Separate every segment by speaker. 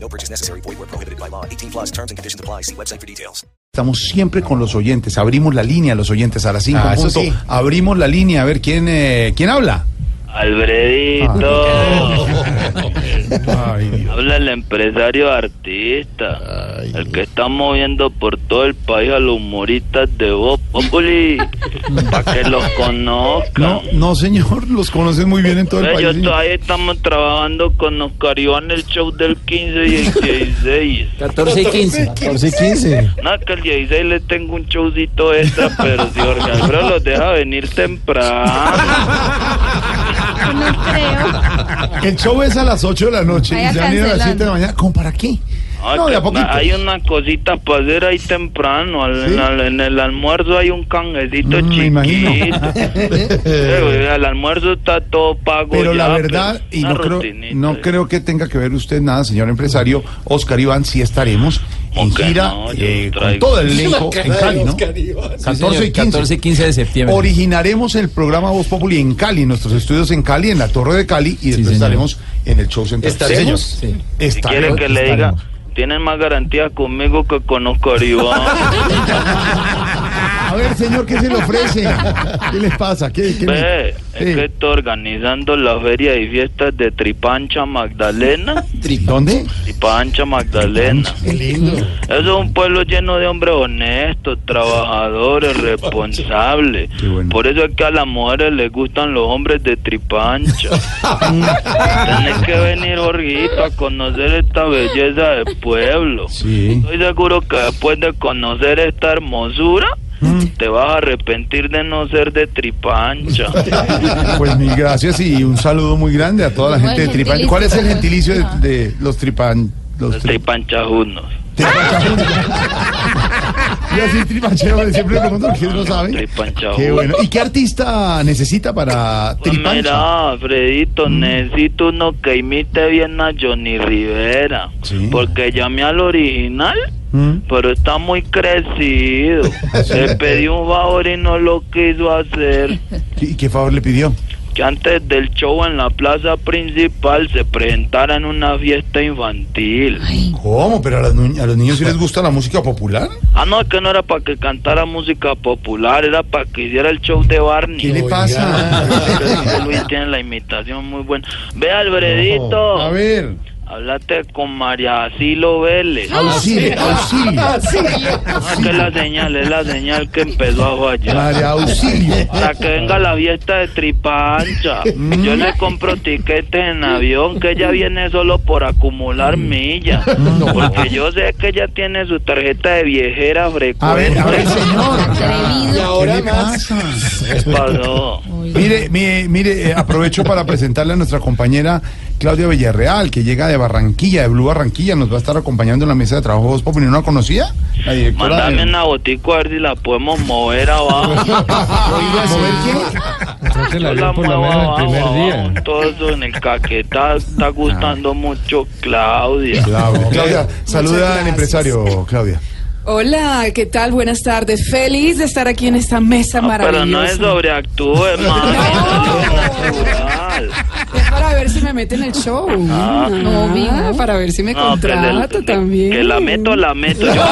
Speaker 1: No purchase necessary. Void where prohibited by law. 18 plus terms and conditions apply. See website for details.
Speaker 2: Estamos siempre con los oyentes. Abrimos la línea a los oyentes a las 5
Speaker 3: Ah, eso sí.
Speaker 2: Abrimos la línea a ver quién eh, quién habla.
Speaker 4: Alfredito,
Speaker 2: Ah. Ay, Dios.
Speaker 4: habla el empresario artista, el que está moviendo por todo el país a los humoristas de Voz Populi, para que los conozcan.
Speaker 2: No, no, señor, los conocen muy bien en todo el
Speaker 4: Ellos
Speaker 2: país. señor.
Speaker 4: todavía estamos trabajando con Oscar Iván el show del 15 y el 16.
Speaker 5: 14 y 15.
Speaker 2: 14 y 15.
Speaker 4: No, que el 16 le tengo un showcito extra, pero si Jorge Alfredo los deja venir temprano.
Speaker 6: No creo.
Speaker 2: El show es a las 8 de la noche
Speaker 6: Vaya
Speaker 2: y se van a ir a las
Speaker 6: cancelando.
Speaker 2: 7 de la mañana. ¿Cómo para qué?
Speaker 4: Ah,
Speaker 2: no, de a
Speaker 4: que
Speaker 2: poquito.
Speaker 4: Hay una cosita para hacer ahí temprano. al-
Speaker 2: ¿Sí?
Speaker 4: en, al- en el almuerzo hay un canjecito
Speaker 2: Mm, me imagino.
Speaker 4: chiquito. Eh, güey, el almuerzo está todo pago.
Speaker 2: Pero
Speaker 4: ya,
Speaker 2: la verdad,
Speaker 4: pero
Speaker 2: y
Speaker 4: pues, una
Speaker 2: no creo,
Speaker 4: rutinita.
Speaker 2: no creo que tenga que ver usted nada, señor empresario, Oscar Iván, sí estaremos en
Speaker 4: ¿Cómo que
Speaker 2: gira
Speaker 4: no? Yo
Speaker 2: eh, con
Speaker 4: traigo.
Speaker 2: todo el elenco en Cali, ¿no? 14 y 15.
Speaker 5: 14 y 15 de septiembre.
Speaker 2: Originaremos el programa Voz Populi en Cali, en nuestros estudios en Cali, en la Torre de Cali, y después
Speaker 5: señor.
Speaker 2: estaremos en el show central.
Speaker 5: ¿Estaremos?
Speaker 2: Sí,
Speaker 5: Sí.
Speaker 2: señor.
Speaker 4: Si quieren
Speaker 2: Estaremos.
Speaker 4: que le diga, tienen más garantías conmigo que con Oscar Iván.
Speaker 2: A ver, señor, ¿qué se le ofrece? ¿Qué les pasa? ¿Qué, qué le-
Speaker 4: Ve,
Speaker 2: Sí.
Speaker 4: es que estoy organizando la feria y fiestas de Tripancha Magdalena.
Speaker 2: ¿Dónde?
Speaker 4: Tripancha Magdalena.
Speaker 2: Qué lindo.
Speaker 4: Eso es un pueblo lleno de hombres honestos, trabajadores, responsables.
Speaker 2: Qué bueno.
Speaker 4: Por eso es que a las mujeres les gustan los hombres de tripancha. Tienes que venir, Jorgito, a conocer esta belleza del pueblo.
Speaker 2: Sí.
Speaker 4: Estoy seguro que después de conocer esta hermosura,
Speaker 2: Mm.
Speaker 4: te vas a arrepentir de no ser de tripancha.
Speaker 2: Pues mil gracias y un saludo muy grande a toda la gente de Tripan. ¿Cuál es el gentilicio de, de los Tripan? Los
Speaker 4: Los
Speaker 2: tri-
Speaker 4: tripanchajunos.
Speaker 2: Tripanchajunos. Yo así tripanchero siempre pregunto quién lo sabe.
Speaker 4: Tripanchajunos.
Speaker 2: Qué bueno. ¿Y qué artista necesita para
Speaker 4: Pues
Speaker 2: Tripancha? Mm.
Speaker 4: mira, Fredito, necesito uno que imite bien a Johnny Rivera.
Speaker 2: Sí.
Speaker 4: Porque llamé al original,
Speaker 2: ¿Mm?
Speaker 4: pero está muy crecido. Le pedí un favor y no lo quiso hacer.
Speaker 2: ¿Y qué favor le pidió?
Speaker 4: Que antes del show en la plaza principal se presentara en una fiesta infantil.
Speaker 2: ¿Cómo? ¿Pero a, las nu- a los niños sí les gusta la música popular?
Speaker 4: Ah, no, que no era para que cantara música popular, era para que hiciera el show de Barney.
Speaker 2: ¿Qué le
Speaker 4: Ese
Speaker 2: pasa?
Speaker 4: Luis tiene la imitación muy buena. Ve, Albredito.
Speaker 2: A ver.
Speaker 4: Hablate con María Asilo Vélez.
Speaker 2: Auxilio, auxilio.
Speaker 4: Ah, que la señal, es la señal que empezó a fallar.
Speaker 2: María, auxilio.
Speaker 4: Para que venga la fiesta de tripancha.
Speaker 2: Mm.
Speaker 4: Yo le compro tiquetes en avión, que ella viene solo por acumular
Speaker 2: Mm.
Speaker 4: millas. Porque yo sé que ella tiene su tarjeta de viejera
Speaker 2: A ver, a ver,
Speaker 4: frecuente. Pues,
Speaker 2: señor.
Speaker 6: Atrevido.
Speaker 2: ¿Qué le pasa?
Speaker 4: ¿Qué pasó?
Speaker 2: Mire, mire, mire, eh, aprovecho para presentarle a nuestra compañera Claudia Villarreal, que llega de Barranquilla, de Blue Barranquilla, nos va a estar acompañando en la mesa de trabajo Voz Populi. ¿No la conocía? La directora
Speaker 4: Mándame
Speaker 2: de...
Speaker 4: una botica a ver si la podemos mover abajo.
Speaker 2: ¿Mover quién?
Speaker 4: Yo la muevo abajo, abajo, Todo eso en el caqueta está gustando mucho Claudia.
Speaker 2: Ah. Claudia, Claudia, saluda al
Speaker 7: gracias.
Speaker 2: empresario, Claudia.
Speaker 7: Hola, ¿qué tal? Buenas tardes. Feliz de estar aquí en esta mesa
Speaker 4: Ah,
Speaker 7: maravillosa.
Speaker 4: Pero no es sobreactúe, hermano.
Speaker 7: Es para ver si me mete en el show.
Speaker 4: Ah.
Speaker 7: no, mira, para ver si me
Speaker 4: No, que,
Speaker 7: contrata
Speaker 4: le-
Speaker 7: también.
Speaker 4: que la meto, la meto. Yo,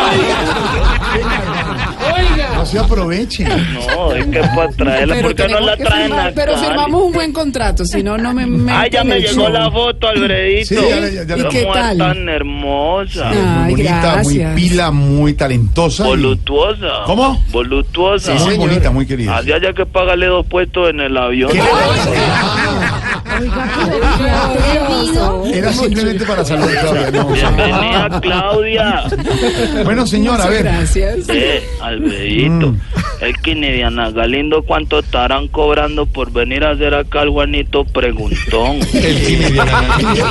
Speaker 2: No se aproveche.
Speaker 4: no, es que para traerla.
Speaker 7: Pero
Speaker 4: ¿Por qué no
Speaker 7: tenemos
Speaker 4: la
Speaker 7: que
Speaker 4: traen
Speaker 7: firmar,
Speaker 4: a
Speaker 7: Pero
Speaker 4: Cali?
Speaker 7: firmamos un buen contrato, si no, no me meten
Speaker 4: Ay, ya
Speaker 7: en
Speaker 4: me
Speaker 7: el
Speaker 4: llegó
Speaker 7: show.
Speaker 4: la foto, Albredito.
Speaker 2: Sí, ya la- ya la-
Speaker 4: Esa
Speaker 7: ¿Y qué
Speaker 4: mujer
Speaker 7: tal?
Speaker 4: tan hermosa.
Speaker 7: Ay,
Speaker 2: muy bonita,
Speaker 7: gracias.
Speaker 2: muy pila, muy talentosa. y-
Speaker 4: Voluptuosa.
Speaker 2: ¿Cómo?
Speaker 4: Voluptuosa.
Speaker 2: muy bonita, muy querida.
Speaker 4: Así haya que pagarle dos puestos en el avión.
Speaker 2: ¿Qué le-
Speaker 4: Ay,
Speaker 2: Era simplemente para saludar a Claudia. no, o sea.
Speaker 4: Bienvenida, Claudia.
Speaker 2: Bueno, señor, a
Speaker 7: Muchas
Speaker 2: ver.
Speaker 7: gracias.
Speaker 4: Eh, Alfredito. Es que ni Diana Galindo cuánto estarán cobrando por venir a hacer acá al Juanito Preguntón.
Speaker 2: El Kini de la-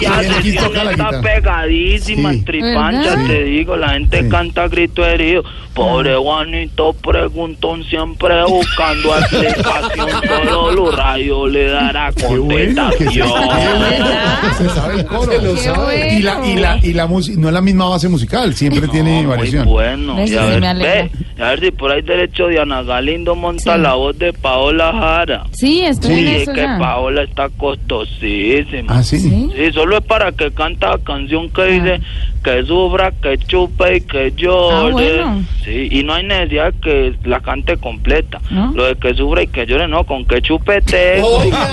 Speaker 4: Ya
Speaker 2: el Kini toca la
Speaker 4: está
Speaker 2: guitarra.
Speaker 4: pegadísima,
Speaker 2: Sí.
Speaker 4: en tripancha,
Speaker 6: ¿Verdad?
Speaker 4: te digo, la gente
Speaker 2: Sí.
Speaker 4: canta a grito herido. Pobre Juanito preguntón, siempre buscando explicación, solo los rayos le dará
Speaker 2: Qué bueno que se, qué
Speaker 4: contestación.
Speaker 2: bueno que se sabe el coro.
Speaker 7: sabe.
Speaker 2: Y la, y la, y la música, no es la misma base musical, siempre tiene
Speaker 4: No,
Speaker 2: variación.
Speaker 4: Muy bueno.
Speaker 3: Eso
Speaker 4: Y a,
Speaker 3: sí
Speaker 4: ver,
Speaker 3: me alegra.
Speaker 4: ve, y a ver si por ahí derecho Diana Galindo monta
Speaker 3: Sí.
Speaker 4: la voz de Paola Jara.
Speaker 3: Sí, estuve
Speaker 4: Sí,
Speaker 3: en
Speaker 4: es
Speaker 3: eso
Speaker 4: que
Speaker 3: ya.
Speaker 4: Paola está costosísima.
Speaker 2: Ah, sí.
Speaker 3: Sí.
Speaker 4: Sí, solo es para que canta la canción
Speaker 3: Ah.
Speaker 4: que dice que sufra, que chupe y que llore.
Speaker 3: Ah, bueno.
Speaker 4: Sí, y no hay necesidad que la cante completa.
Speaker 3: ¿No?
Speaker 4: Lo de que sufra y que llore, no, con que chupete.
Speaker 2: Oiga,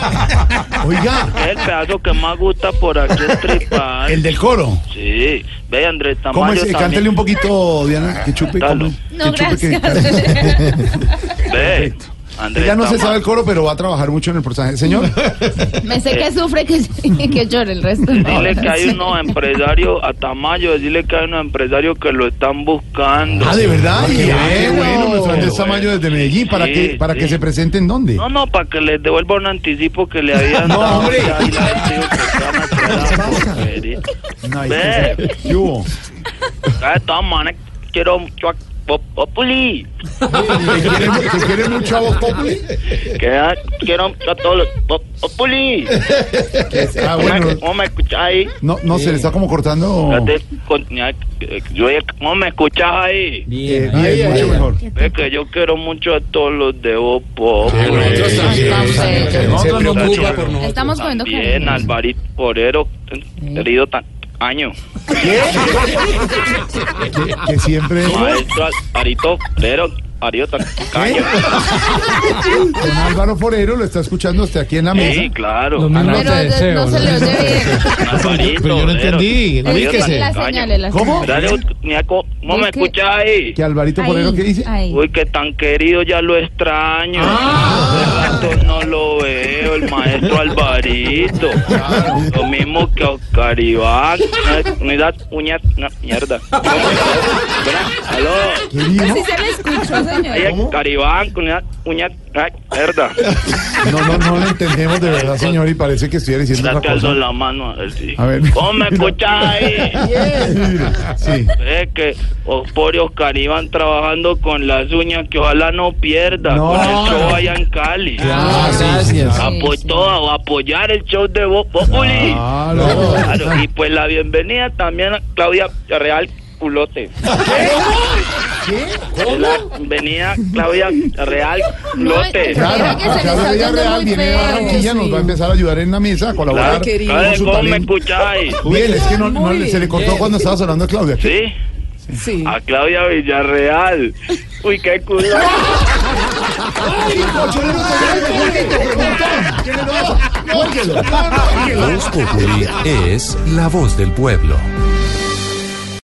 Speaker 4: Es el pedazo que más gusta por aquí es tripar.
Speaker 2: el del coro.
Speaker 4: Sí, ve Andrés Tamayo
Speaker 2: ¿Cómo es? Eh,
Speaker 4: también.
Speaker 2: Cántale un poquito, Diana, que chupe.
Speaker 4: Dalo.
Speaker 2: ¿cómo?
Speaker 6: No,
Speaker 2: que chupe, que-
Speaker 4: Ve, Andrés
Speaker 2: Ella no se
Speaker 4: Tamayo.
Speaker 2: sabe el coro, pero va a trabajar mucho en el personaje. Señor,
Speaker 3: Me sé que sufre que, que llore el resto. no,
Speaker 4: Dile que
Speaker 3: no
Speaker 4: hay
Speaker 3: sé.
Speaker 4: unos empresarios, a Tamayo, dile que hay unos empresarios que lo están buscando.
Speaker 2: ah, de verdad. Qué bueno, nuestro Andrés
Speaker 4: Qué
Speaker 2: Tamayo
Speaker 4: bueno.
Speaker 2: este desde Medellín. ¿Para,
Speaker 4: Sí,
Speaker 2: que, para
Speaker 4: sí.
Speaker 2: que se presente en dónde?
Speaker 4: No, no, para que les devuelva un anticipo que le habían
Speaker 2: No,
Speaker 4: dado.
Speaker 2: hombre.
Speaker 4: Ya, y la gente dijo que se van a quedar
Speaker 2: ¿Qué pasa?
Speaker 4: por feria.
Speaker 2: No, hay
Speaker 4: Ve.
Speaker 2: que- ¿Qué hubo?
Speaker 4: Ah, de todas maneras, quiero un chuac- pop- populi.
Speaker 2: ¿Te quiere, mu- te quiere mucho a vos, Populi?
Speaker 4: Que, ah, Quiero un chuac- todos los pop- populi.
Speaker 2: Ah,
Speaker 4: ¿Cómo me-
Speaker 2: bueno. Oh.
Speaker 4: ¿Cómo me escuchas ahí?
Speaker 2: No, no se le está como cortando.
Speaker 4: Espérate, con- ya, eh, yo- ¿Cómo me escuchas ahí?
Speaker 2: Eh, bien, mucho mejor.
Speaker 4: Es que yo quiero mucho a todos los de vos, populi.
Speaker 3: Nosotros
Speaker 2: Nosotros no
Speaker 4: preocupa por
Speaker 3: Estamos comiendo
Speaker 4: Bien,
Speaker 3: cariño.
Speaker 4: Alvarito Porero, querido ta- año.
Speaker 2: Que, que siempre.
Speaker 4: Maestro Arito Porero, Ariota Caño.
Speaker 2: Don Álvaro Forero lo está escuchando hasta aquí en la
Speaker 4: Sí,
Speaker 2: mesa.
Speaker 4: claro.
Speaker 3: Pero de- no se le oye bien.
Speaker 5: Pero
Speaker 4: Alvarito,
Speaker 5: Pues yo no
Speaker 4: Porero,
Speaker 5: entendí, no
Speaker 4: Ariel
Speaker 5: me
Speaker 3: Es que
Speaker 5: Fíjese.
Speaker 3: las
Speaker 4: Tacaño.
Speaker 3: señales, las
Speaker 2: ¿Cómo?
Speaker 3: señales.
Speaker 4: Dale, Niaco, ¿cómo me
Speaker 3: Es que-
Speaker 4: escuchas ahí?
Speaker 2: Que Alvarito Forero,
Speaker 3: Ahí,
Speaker 2: ¿qué dice?
Speaker 3: ahí.
Speaker 4: Uy, que tan querido, ya lo extraño. De rato no lo veo, el maestro Alvarito. Lo mismo que Oscar Iván. Unidad, uña, no, mierda. ¿Cómo? Espera, aló.
Speaker 2: ¿Qué dijo?
Speaker 3: Sí se le escuchó,
Speaker 4: Ahí
Speaker 3: señor.
Speaker 4: es Caribán, con una uña, ay, mierda.
Speaker 2: No, no, no lo entendemos de verdad, señor, y parece que estuviera diciendo
Speaker 4: Está que
Speaker 2: otra cosa.
Speaker 4: alzó la mano a ver si.
Speaker 2: A ver.
Speaker 4: ¿Cómo me escuchas ahí?
Speaker 2: Sí.
Speaker 4: Es que Osporio Oscar Iván trabajando con las uñas que ojalá no pierda
Speaker 2: No.
Speaker 4: con el show allá en Cali.
Speaker 5: Ah, gracias.
Speaker 3: sí,
Speaker 4: Apo-
Speaker 3: sí.
Speaker 4: todo, a apoyar el show de Voz Populi.
Speaker 2: Ah. Claro.
Speaker 4: Claro, y pues la bienvenida también a Claudia Real Culote. ¿Qué? La bienvenida Claudia Real Culote.
Speaker 3: Claro,
Speaker 2: Claro,
Speaker 3: que se le está
Speaker 2: Claudia
Speaker 3: oyendo
Speaker 2: Villarreal
Speaker 3: muy
Speaker 2: viene de
Speaker 3: feo,
Speaker 2: Barranquilla, nos va a empezar a ayudar en la mesa, a colaborar.
Speaker 4: Claro,
Speaker 7: Ay, querido.
Speaker 4: Claudia,
Speaker 2: Su
Speaker 4: ¿cómo me
Speaker 2: talento.
Speaker 4: escucháis?
Speaker 2: Bien, es que no,
Speaker 7: Muy
Speaker 2: no le- se le
Speaker 7: bien.
Speaker 2: cortó cuando estaba sonando a Claudia.
Speaker 4: ¿Sí?
Speaker 7: Sí.
Speaker 4: A Claudia Villarreal. Uy, qué culo.
Speaker 8: Voz Populi es la voz del pueblo.